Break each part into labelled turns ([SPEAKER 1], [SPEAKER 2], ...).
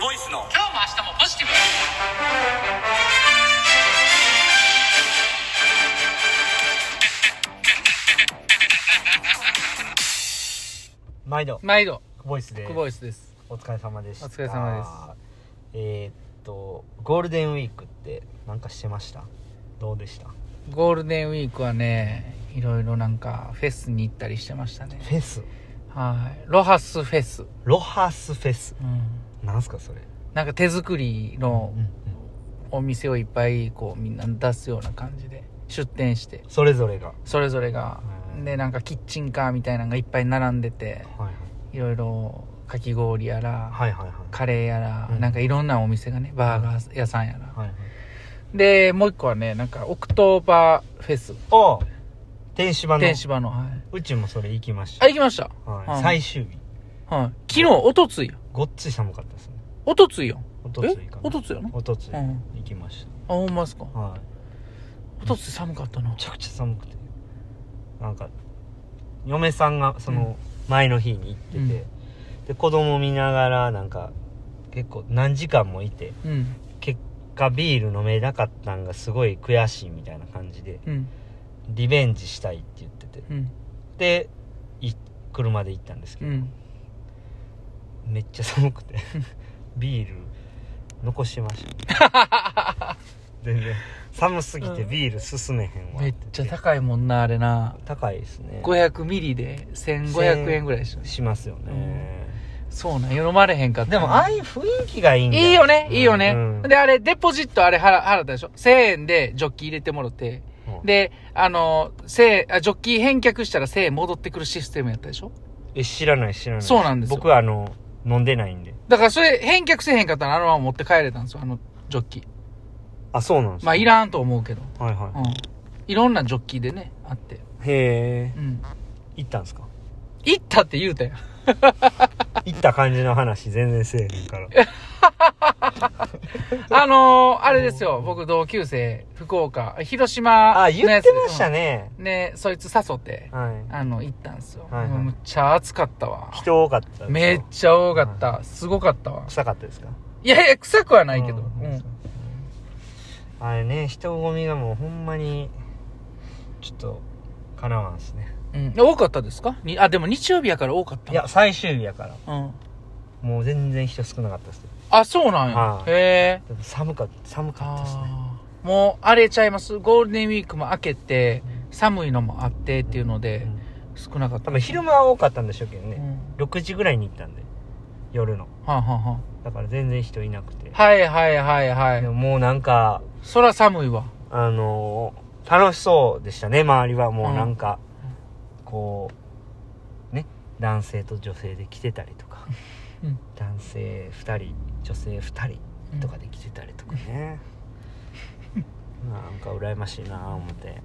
[SPEAKER 1] ボイスの
[SPEAKER 2] 今日も明日もポジティブに
[SPEAKER 3] 毎度
[SPEAKER 2] 毎度
[SPEAKER 3] ボイスで
[SPEAKER 2] クボイスです
[SPEAKER 3] お疲れ様でした
[SPEAKER 2] お疲れ様
[SPEAKER 3] ですえー、っとゴールデンウィークってなんかしてましたどうでした
[SPEAKER 2] ゴールデンウィークはねいろいろなんかフェスに行ったりしてましたね
[SPEAKER 3] フェス
[SPEAKER 2] はいロハスフェス、
[SPEAKER 3] ロハスフェス
[SPEAKER 2] うん、
[SPEAKER 3] なんすかそれ
[SPEAKER 2] なんか手作り
[SPEAKER 3] う
[SPEAKER 2] の
[SPEAKER 3] んうん
[SPEAKER 2] お店をいっぱいこうみんな出すような感じで出店して
[SPEAKER 3] それぞれが
[SPEAKER 2] それぞれが
[SPEAKER 3] うん
[SPEAKER 2] でなんかキッチンカーみたいなのがいっぱい並んでて
[SPEAKER 3] はい
[SPEAKER 2] いろいろかき氷やら、
[SPEAKER 3] はいはいはいはい
[SPEAKER 2] カレーやら、
[SPEAKER 3] うん
[SPEAKER 2] なんかいろんなお店がねバーガー屋さんやら、
[SPEAKER 3] はいはい
[SPEAKER 2] でもう一個はねなんかオクトーバーフェス
[SPEAKER 3] おう天使場の
[SPEAKER 2] 天使場のはい
[SPEAKER 3] 宇宙もそれ行きまし
[SPEAKER 2] あ
[SPEAKER 3] た
[SPEAKER 2] 行きました、
[SPEAKER 3] は
[SPEAKER 2] う
[SPEAKER 3] い
[SPEAKER 2] ん
[SPEAKER 3] 最終日
[SPEAKER 2] はい、昨日おとついよ
[SPEAKER 3] ごっつい寒かったですね
[SPEAKER 2] おとついよ
[SPEAKER 3] おとつい
[SPEAKER 2] え
[SPEAKER 3] かな
[SPEAKER 2] おとついよなあ
[SPEAKER 3] おとつい
[SPEAKER 2] うん
[SPEAKER 3] 行きまし
[SPEAKER 2] ほんまですか
[SPEAKER 3] たはい
[SPEAKER 2] おとつい寒かったな
[SPEAKER 3] めちゃくちゃ寒くてなんか嫁さんがその前の日に行ってて、
[SPEAKER 2] うん
[SPEAKER 3] で子供見ながらなんか結構何時間もいて
[SPEAKER 2] うん
[SPEAKER 3] 結果ビール飲めなかったんがすごい悔しいみたいな感じで
[SPEAKER 2] うん
[SPEAKER 3] リベンジしたいって言ってて
[SPEAKER 2] うん
[SPEAKER 3] でい車で行ったんですけ
[SPEAKER 2] う
[SPEAKER 3] ど、
[SPEAKER 2] ん
[SPEAKER 3] めっちゃ寒 くてビール残しました 全然寒すぎてビール進めへんわ
[SPEAKER 2] め
[SPEAKER 3] っ
[SPEAKER 2] ってちゃ
[SPEAKER 3] 言って
[SPEAKER 2] 高いもんなあれな
[SPEAKER 3] 高いですね
[SPEAKER 2] 500ミリで1500円ぐらいでしたね
[SPEAKER 3] しますよね、
[SPEAKER 2] そうなんよ飲まれへんかった
[SPEAKER 3] でも、ああいう雰囲気がいいんだ
[SPEAKER 2] いいよね、いいよね。
[SPEAKER 3] うん
[SPEAKER 2] で、あれ、デポジットあれ払、払ったでしょ ?1000 円でジョッキ入れてもろて。
[SPEAKER 3] うん
[SPEAKER 2] で、あの、せあ、ジョッキ返却したら1000円戻ってくるシステムやったでしょ
[SPEAKER 3] え知らない、知らない。
[SPEAKER 2] そうなんですよ
[SPEAKER 3] 僕は、あの、飲んでないんで。
[SPEAKER 2] だからそれ、返却せへんかったらあのまま持って帰れたんですよ、あの、ジョッキ。
[SPEAKER 3] あ、そうなんです
[SPEAKER 2] まあ、いらんと思うけど。
[SPEAKER 3] はい
[SPEAKER 2] うん
[SPEAKER 3] は。
[SPEAKER 2] いろんなジョッキでね、あって。
[SPEAKER 3] い。へえ。
[SPEAKER 2] うん。
[SPEAKER 3] 行ったんですか
[SPEAKER 2] 行ったって言うたよ。
[SPEAKER 3] 行った感じの話全然せえへんから。
[SPEAKER 2] あのー、あれですよ、僕同級生、福岡、広島
[SPEAKER 3] あ、
[SPEAKER 2] の
[SPEAKER 3] 言
[SPEAKER 2] や
[SPEAKER 3] っ
[SPEAKER 2] つで
[SPEAKER 3] てました。ね。
[SPEAKER 2] うんね、そいつ誘って、
[SPEAKER 3] は
[SPEAKER 2] あの、行ったんですよ。
[SPEAKER 3] はいはい
[SPEAKER 2] もうむっちゃ暑かったわ
[SPEAKER 3] い。。人多かった。
[SPEAKER 2] めっちゃ多かった。すごかったわ。
[SPEAKER 3] 臭かったですか
[SPEAKER 2] いやいや、臭くはないけど。
[SPEAKER 3] うん
[SPEAKER 2] うん
[SPEAKER 3] あれね、人混みがもうほんまに、ちょっと、かなわんですね。
[SPEAKER 2] うん。多かったですかにあ、でも日曜日やから多かった。
[SPEAKER 3] いや、。最終日やから。
[SPEAKER 2] うん。
[SPEAKER 3] もう全然人少なかったです。
[SPEAKER 2] あ、そうなんや
[SPEAKER 3] は。い
[SPEAKER 2] へえ。
[SPEAKER 3] でも寒かった、寒かったですね。
[SPEAKER 2] あーもう、あれちゃいますゴールデンウィークも明けて、寒いのもあってっていうので、少なかった。
[SPEAKER 3] 多分昼間は多かったんでしょうけど
[SPEAKER 2] う
[SPEAKER 3] ね、
[SPEAKER 2] ん。
[SPEAKER 3] 6時ぐらいに行ったんで夜の
[SPEAKER 2] はんはんはん
[SPEAKER 3] だから全然人いなくて、
[SPEAKER 2] はいはいはいは
[SPEAKER 3] で
[SPEAKER 2] い。
[SPEAKER 3] ももうなんか
[SPEAKER 2] そら寒いわ。
[SPEAKER 3] あのー楽しそうでしたね周りはもうなんか、こうね男性と女性で来てたりとか、
[SPEAKER 2] うん
[SPEAKER 3] 男性2人女性2人とかで来てたりとかね、 なんか羨ましいなぁ思って、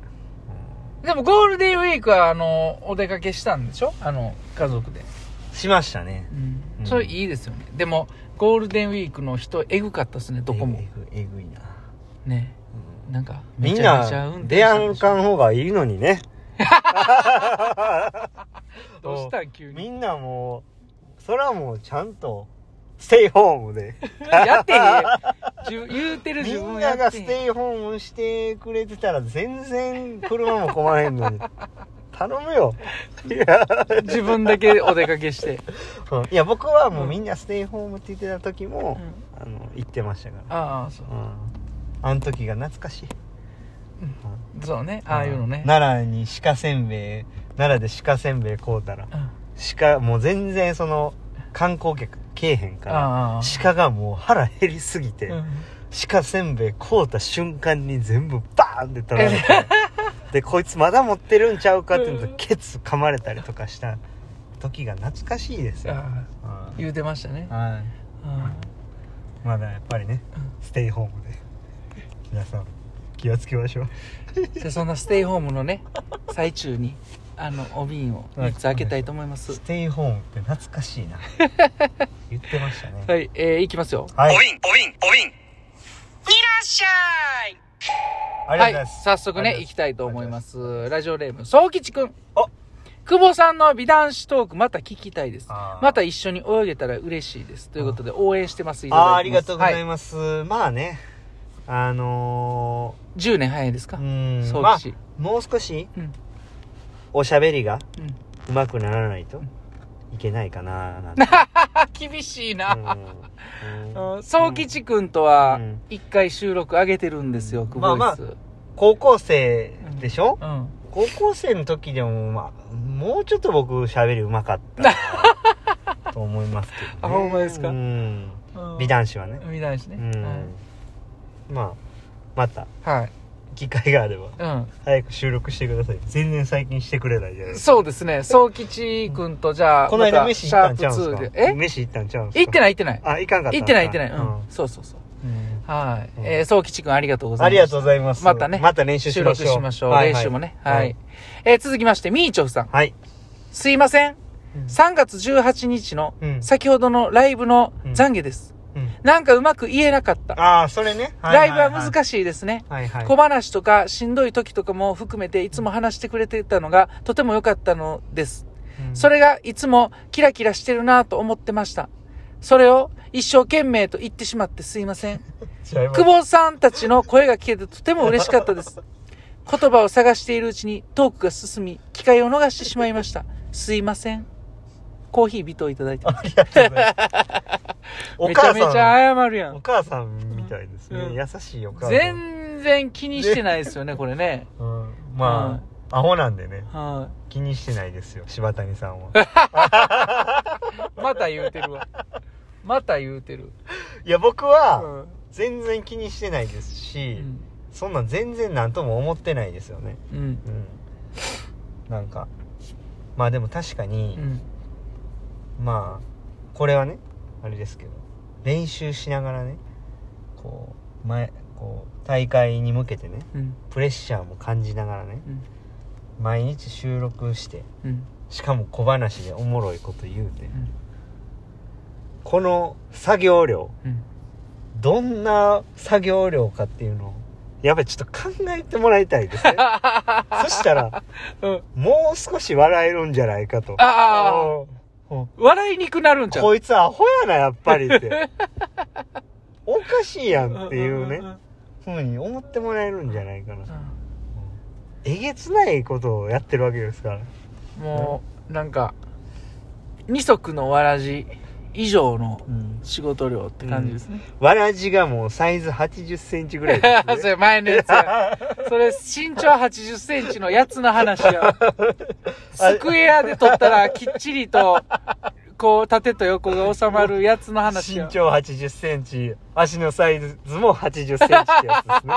[SPEAKER 3] う
[SPEAKER 2] でもゴールデンウィークは、あの、お出かけしたんでしょあの、家族で。
[SPEAKER 3] んしましたねうん
[SPEAKER 2] それいいですよね。でも、ゴールデンウィークの人、えぐかったですね、どこも
[SPEAKER 3] え。ぐえぐいな、
[SPEAKER 2] ね。
[SPEAKER 3] うん
[SPEAKER 2] なんか、
[SPEAKER 3] み
[SPEAKER 2] め
[SPEAKER 3] ん
[SPEAKER 2] ちゃめちゃ
[SPEAKER 3] な
[SPEAKER 2] 運、転
[SPEAKER 3] 出
[SPEAKER 2] した
[SPEAKER 3] 会うかん方がいいのにね。
[SPEAKER 2] どうしたん急
[SPEAKER 3] み
[SPEAKER 2] に。
[SPEAKER 3] んなもう、そらもうちゃんと、ステイホー ムで。
[SPEAKER 2] やってへんよ自分言うてる
[SPEAKER 3] み
[SPEAKER 2] 自分
[SPEAKER 3] ん
[SPEAKER 2] や
[SPEAKER 3] な
[SPEAKER 2] っ
[SPEAKER 3] が
[SPEAKER 2] てへ
[SPEAKER 3] ス
[SPEAKER 2] ん
[SPEAKER 3] テイホームしてくれてたら全然車も困れ んのに。頼むよ。いや、
[SPEAKER 2] 自分だけお出かけして。
[SPEAKER 3] いや僕はもううんみんなステイホームって言ってた時
[SPEAKER 2] う
[SPEAKER 3] も、
[SPEAKER 2] ん
[SPEAKER 3] あの、行ってましたから。
[SPEAKER 2] ああ、そう
[SPEAKER 3] う。ん。あの時が懐かしい。
[SPEAKER 2] そうね、ああいうのね。
[SPEAKER 3] 奈良に鹿せんべい、奈良で鹿せんべい買うたら。
[SPEAKER 2] うん
[SPEAKER 3] 鹿もう全然その観光客けえへんから
[SPEAKER 2] ああ。
[SPEAKER 3] 鹿がもう腹減りすぎて、
[SPEAKER 2] うん
[SPEAKER 3] 鹿せんべい買うた瞬間に全部バーンって取 られてでこいつまだ持ってるんちゃうかって言う
[SPEAKER 2] う
[SPEAKER 3] とケツ噛まれたりとかした時が懐かしいですよ、
[SPEAKER 2] ああ言うてましたね
[SPEAKER 3] うん。はいまだやっぱりねステイホームで皆さん気をつけましょう
[SPEAKER 2] うんで、そんなステイホームのね、最中に、あの、お瓶を3つ開けたいと思いま
[SPEAKER 3] ス
[SPEAKER 2] す。
[SPEAKER 3] テイホームって懐かしい な言ってましたね
[SPEAKER 2] はい、えー、いきますよ。
[SPEAKER 3] はい、
[SPEAKER 1] おびんおびんおびん
[SPEAKER 2] いらっしゃい
[SPEAKER 3] あり
[SPEAKER 2] は
[SPEAKER 3] がとうござい
[SPEAKER 2] い
[SPEAKER 3] ます、
[SPEAKER 2] 早速ね、行きたいと思います。ラジオネーム、そうきちくん。
[SPEAKER 3] あ
[SPEAKER 2] ク久保さんの美男子トークまた聞きたいです。
[SPEAKER 3] あー
[SPEAKER 2] また一緒に泳げたら嬉しいです。ということで、応援してます。いただいて
[SPEAKER 3] あ
[SPEAKER 2] ま
[SPEAKER 3] ー
[SPEAKER 2] す
[SPEAKER 3] ありがとうござい
[SPEAKER 2] は
[SPEAKER 3] ます、まあねあの
[SPEAKER 2] い、10年早いですか
[SPEAKER 3] ー、うーん
[SPEAKER 2] そう
[SPEAKER 3] まあ
[SPEAKER 2] だし。
[SPEAKER 3] もう少し
[SPEAKER 2] うん
[SPEAKER 3] おしゃべりが
[SPEAKER 2] うん
[SPEAKER 3] 上手くならないといけないか ななんて、
[SPEAKER 2] あ、厳しいな。
[SPEAKER 3] うんうん
[SPEAKER 2] うん総吉くんと
[SPEAKER 3] う
[SPEAKER 2] は
[SPEAKER 3] ん、
[SPEAKER 2] 一回収録上げてるんですよ、久保
[SPEAKER 3] まあ
[SPEAKER 2] です。
[SPEAKER 3] 高校生でしょ、
[SPEAKER 2] うん。
[SPEAKER 3] 高校生の時でも、まあ、もうちょっと僕喋り上手かったな と思いますけど、ね、
[SPEAKER 2] あほんまですか
[SPEAKER 3] うん
[SPEAKER 2] うん
[SPEAKER 3] 美男子はね、
[SPEAKER 2] 美男子ね
[SPEAKER 3] う。んまあまた
[SPEAKER 2] はいはい。
[SPEAKER 3] 機会があれば
[SPEAKER 2] う
[SPEAKER 3] 早く収録してください全然最近してくれないじゃない
[SPEAKER 2] ん。
[SPEAKER 3] ですか
[SPEAKER 2] そうですね、総吉くんとじゃあ、
[SPEAKER 3] この間
[SPEAKER 2] また
[SPEAKER 3] 飯行ったんちゃ
[SPEAKER 2] シャ
[SPEAKER 3] う
[SPEAKER 2] ー
[SPEAKER 3] ん
[SPEAKER 2] プ
[SPEAKER 3] す
[SPEAKER 2] 2
[SPEAKER 3] か
[SPEAKER 2] で。え
[SPEAKER 3] 飯行ったんちゃうんすか
[SPEAKER 2] 行ってない行ってない。
[SPEAKER 3] あ行かんかった
[SPEAKER 2] 行ってない行ってない。う
[SPEAKER 3] うん
[SPEAKER 2] ん。そうそうそう。
[SPEAKER 3] うん
[SPEAKER 2] はい。
[SPEAKER 3] うん
[SPEAKER 2] えー、総吉くんありがとうございます。
[SPEAKER 3] ありがとうございます
[SPEAKER 2] またね
[SPEAKER 3] また練習し
[SPEAKER 2] 収
[SPEAKER 3] ま
[SPEAKER 2] 録
[SPEAKER 3] しょう
[SPEAKER 2] しましょう。
[SPEAKER 3] はいはい
[SPEAKER 2] 練習もね。
[SPEAKER 3] は
[SPEAKER 2] はいい。えー、続きまして、みーちょふさん。
[SPEAKER 3] はい
[SPEAKER 2] すいません。3月18日の
[SPEAKER 3] うん
[SPEAKER 2] 先ほどのライブの懺悔です。
[SPEAKER 3] うん
[SPEAKER 2] なんかうまく言えなかった。
[SPEAKER 3] ああそれね
[SPEAKER 2] ライブは難
[SPEAKER 3] し
[SPEAKER 2] しいですね。
[SPEAKER 3] いはいはい
[SPEAKER 2] 小話とかしんどい時とかも含めていつも話してくれてたのがとても良かったのです。そ
[SPEAKER 3] れ
[SPEAKER 2] れがいつもキラキラしてるなぁと思ってました。それを一生懸命と言ってしまってすいません。久保さんたちの声が聞けてとても嬉しかった です。言葉を探しているうちにトークが進み、機会を逃してしまいました。すいません。コーヒー微糖いただいてます。
[SPEAKER 3] ありがとうございますお
[SPEAKER 2] めちゃ
[SPEAKER 3] 母
[SPEAKER 2] めちゃ
[SPEAKER 3] さ
[SPEAKER 2] 謝るや
[SPEAKER 3] んお
[SPEAKER 2] ん。
[SPEAKER 3] 母さんみたいですね
[SPEAKER 2] うん
[SPEAKER 3] 優しいお母さん
[SPEAKER 2] 全然気にしてないですよね、これね。
[SPEAKER 3] うん
[SPEAKER 2] う
[SPEAKER 3] ま
[SPEAKER 2] ん
[SPEAKER 3] あアホなんでね
[SPEAKER 2] は
[SPEAKER 3] 気にしてないですよ柴谷さ んは
[SPEAKER 2] い。また言うてるわ。また言うてる。
[SPEAKER 3] いや僕
[SPEAKER 2] う
[SPEAKER 3] は
[SPEAKER 2] ん。
[SPEAKER 3] 全然気にしてないです
[SPEAKER 2] う
[SPEAKER 3] し、
[SPEAKER 2] ん
[SPEAKER 3] そんなん全然何とも思ってないですよね
[SPEAKER 2] うん。
[SPEAKER 3] うんなんかまあでも確かに
[SPEAKER 2] う、ん。
[SPEAKER 3] まあこれはねあれですけど練習しながらねこう前こう大会に向けてね
[SPEAKER 2] うん。
[SPEAKER 3] プレッシャーも感じながらね
[SPEAKER 2] うん
[SPEAKER 3] 毎日収録して
[SPEAKER 2] うん。
[SPEAKER 3] しかも小話でおもろいこと言うて、
[SPEAKER 2] ん
[SPEAKER 3] この作業量
[SPEAKER 2] うん。
[SPEAKER 3] どんな作業量かっていうのをやっぱりちょっと考えてもらいたいですね そしたら
[SPEAKER 2] うん。
[SPEAKER 3] もう少し笑えるんじゃないかと
[SPEAKER 2] あー
[SPEAKER 3] うんうん
[SPEAKER 2] 笑いにくなるんちゃう
[SPEAKER 3] こいつアホやなやっぱりって おかしいやんっていうね
[SPEAKER 2] んん
[SPEAKER 3] ふうに思ってもらえるんじゃないかな
[SPEAKER 2] うん
[SPEAKER 3] えげつないことをやってるわけですから
[SPEAKER 2] うんもう、なんか、二足のわらじ以上の
[SPEAKER 3] うん
[SPEAKER 2] 仕事量って感じですね。
[SPEAKER 3] わらじがもうサイズ8 0センチぐらい です、
[SPEAKER 2] そ
[SPEAKER 3] ね、
[SPEAKER 2] れ前のやつや。それ身長80センチのやつの話や。スクエアで撮ったらきっちりと、こう縦と横が収まるやつの話
[SPEAKER 3] 身
[SPEAKER 2] や。
[SPEAKER 3] 長8 0センチ足のサイズも8 0センチってやつですね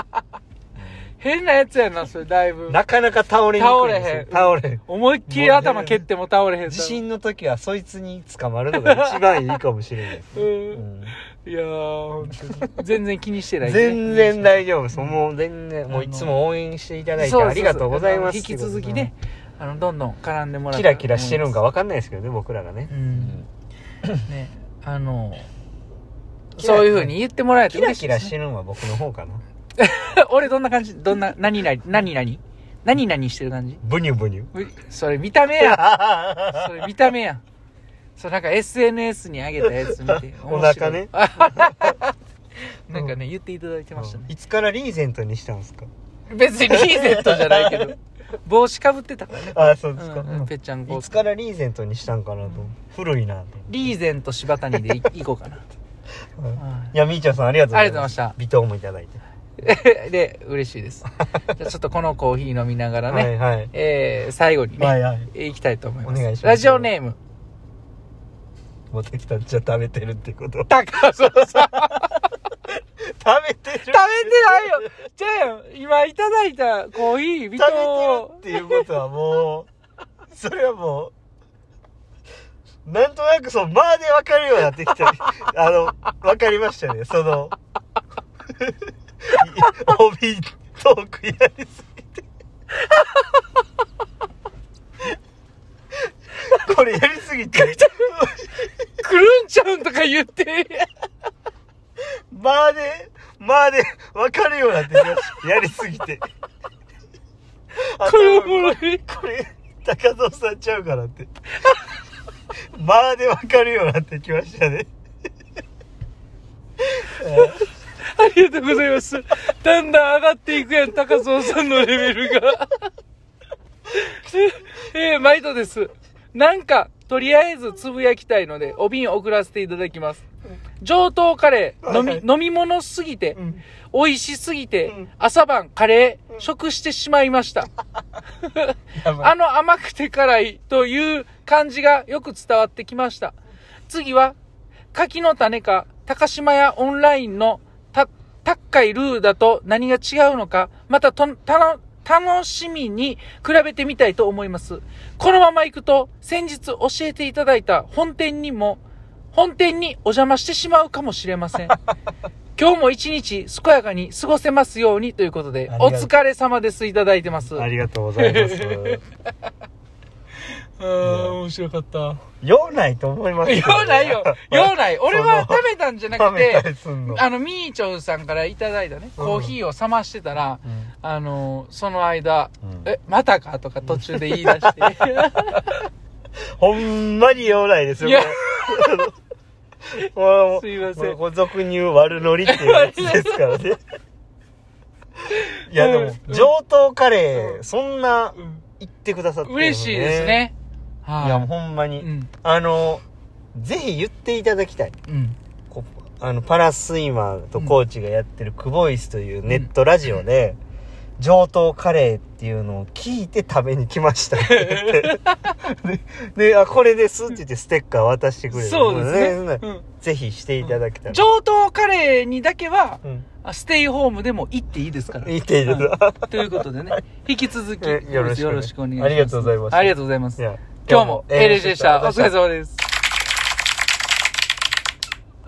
[SPEAKER 2] 変なやつやな、それだいぶ。
[SPEAKER 3] なかなか倒れにくいんですよ
[SPEAKER 2] 倒
[SPEAKER 3] 倒れへん
[SPEAKER 2] 思いっきり頭蹴っても倒れへん。
[SPEAKER 3] 地震の時はそいつに捕まるのが一番いいかもしれないで
[SPEAKER 2] う。
[SPEAKER 3] すね、うんん
[SPEAKER 2] いやー、本当に全然気にしてない、
[SPEAKER 3] 全然大丈夫です。もう全然、
[SPEAKER 2] ん
[SPEAKER 3] もういつも応援していた
[SPEAKER 2] そう
[SPEAKER 3] だい
[SPEAKER 2] そう
[SPEAKER 3] て
[SPEAKER 2] そう
[SPEAKER 3] ありがとうございます。
[SPEAKER 2] 引き続きね、あの、どんどん絡んでも
[SPEAKER 3] うん。
[SPEAKER 2] らっ
[SPEAKER 3] キ
[SPEAKER 2] たら
[SPEAKER 3] ラキラしてるんか分かんないですけどね、僕らがね
[SPEAKER 2] う。ん。ね、あの、
[SPEAKER 3] キ ラ
[SPEAKER 2] そういうふうに言ってもらえて
[SPEAKER 3] キラ
[SPEAKER 2] 嬉し
[SPEAKER 3] キ
[SPEAKER 2] いで
[SPEAKER 3] ラ
[SPEAKER 2] すね
[SPEAKER 3] してるんは僕の方かな。
[SPEAKER 2] 俺どんな感じどんな、何々、何々何々してる感じ
[SPEAKER 3] ブニュブニュ。
[SPEAKER 2] ういそれ見た目やそれ見た目やそれなんか SNS に上げたやつ見 て。
[SPEAKER 3] お腹ね
[SPEAKER 2] 面白い。
[SPEAKER 3] ん
[SPEAKER 2] なんかね、言っていただいてましたね。
[SPEAKER 3] いつからリーゼントにしたんですか
[SPEAKER 2] 別にリーゼントじゃないけ ど、帽子かぶってたからね。
[SPEAKER 3] あ、そうですか。
[SPEAKER 2] うん、ぺっちゃんこ
[SPEAKER 3] いつからリーゼントにしたんかなと。古いなと。
[SPEAKER 2] リーゼント柴谷でい行こうかな。
[SPEAKER 3] うん
[SPEAKER 2] はい
[SPEAKER 3] いや、みーちゃんさんありがとうございました。
[SPEAKER 2] あ
[SPEAKER 3] 微糖もいただいて。
[SPEAKER 2] で、嬉しいです。じゃあちょっとこのコーヒー飲みながらね、
[SPEAKER 3] はいはい。
[SPEAKER 2] えー、最後にね、
[SPEAKER 3] はいはい。
[SPEAKER 2] えー行きたいと思います。
[SPEAKER 3] お願いします
[SPEAKER 2] ラジオネーム、
[SPEAKER 3] 持ってきたんちゃ食べてるってこと。食
[SPEAKER 2] 高そうさん。
[SPEAKER 3] べてる
[SPEAKER 2] 食べてないよじゃあよ今いただいたコーヒー、ビト
[SPEAKER 3] 食べてるっていうことはもう、それはもう、なんとなくその間で分かるようになってきた。あの、分かりましたね。その、おびトークやりすぎて。これやりすぎて、
[SPEAKER 2] くるんちゃうんとか言って、
[SPEAKER 3] 間で、間で分かるようになってきました。やりすぎて。
[SPEAKER 2] これおもろい。
[SPEAKER 3] これ、高蔵さんちゃうからって。まあでわかるようになってきましたね。
[SPEAKER 2] ありがとうございます。だんだん上がっていくやん、高蔵さんのレベルが。 えー、毎度です。なんか、とりあえずつぶやきたいので、お瓶送らせていただきます。上等カレー、飲み、
[SPEAKER 3] はい
[SPEAKER 2] 飲み物すぎて、
[SPEAKER 3] うん。
[SPEAKER 2] 美味しすぎて、
[SPEAKER 3] うん
[SPEAKER 2] 朝晩カレー、
[SPEAKER 3] うん
[SPEAKER 2] 食してしまいました。
[SPEAKER 3] やばい
[SPEAKER 2] あの甘くて辛いという感じがよく伝わってきました。次は、柿の種か、高島屋オンラインのた、高いルーだと何が違うのか、またと、たの、楽しみに比べてみたいと思います。このまま行くと、先日教えていただいた本店にも、本店にお邪魔してしまうかもしれま せん。今日も一日健やかに過ごせますようにということで
[SPEAKER 3] あ、り
[SPEAKER 2] お
[SPEAKER 3] がとう
[SPEAKER 2] 疲れ様です。いただいてます。
[SPEAKER 3] ありがとうございます。
[SPEAKER 2] あー面白か った。
[SPEAKER 3] 用ないと思いますけどね
[SPEAKER 2] 用ない よ。用ない。俺は食べたんじゃなく
[SPEAKER 3] 食べた
[SPEAKER 2] て、
[SPEAKER 3] りすんの。
[SPEAKER 2] あの、みーちょうさんからいただいたね、
[SPEAKER 3] うん
[SPEAKER 2] コーヒーを冷ましてたら、
[SPEAKER 3] うん
[SPEAKER 2] あの、その間、
[SPEAKER 3] うん
[SPEAKER 2] え、またかとか途中で言い出して。
[SPEAKER 3] ほんまに用ないですよ。
[SPEAKER 2] いや
[SPEAKER 3] これ もう
[SPEAKER 2] すいません
[SPEAKER 3] もうこれ俗に言う悪ノリっていうやつですか らね。いや、でも、
[SPEAKER 2] うん
[SPEAKER 3] 上等カレ
[SPEAKER 2] う
[SPEAKER 3] ー、そんな
[SPEAKER 2] う、ん
[SPEAKER 3] 言ってくださってるの
[SPEAKER 2] 嬉しいです。ね。はい
[SPEAKER 3] や、もうほんま
[SPEAKER 2] い
[SPEAKER 3] に。
[SPEAKER 2] うん。
[SPEAKER 3] あの、ぜひ言っていただきたい。
[SPEAKER 2] うん。
[SPEAKER 3] こあの、パラスイマーとコーチがやってるクボイスというネットラジオで、上等カレーっていうのを聞いて食べに来ましたって言って でであ、これですって言ってステッカー渡してくれる。
[SPEAKER 2] そうですね。
[SPEAKER 3] ね
[SPEAKER 2] うん
[SPEAKER 3] ぜひしていただきたい。
[SPEAKER 2] 上等カレーにだけは、
[SPEAKER 3] うん。
[SPEAKER 2] あステイホームでも行っていいですから。
[SPEAKER 3] いいていいです。
[SPEAKER 2] ということでね、引き続き、
[SPEAKER 3] えよろしく
[SPEAKER 2] よろしくお願いします。
[SPEAKER 3] ありがとうございます
[SPEAKER 2] ありがとうございます。
[SPEAKER 3] いや
[SPEAKER 2] 今日も LJ でした。お疲れ様です。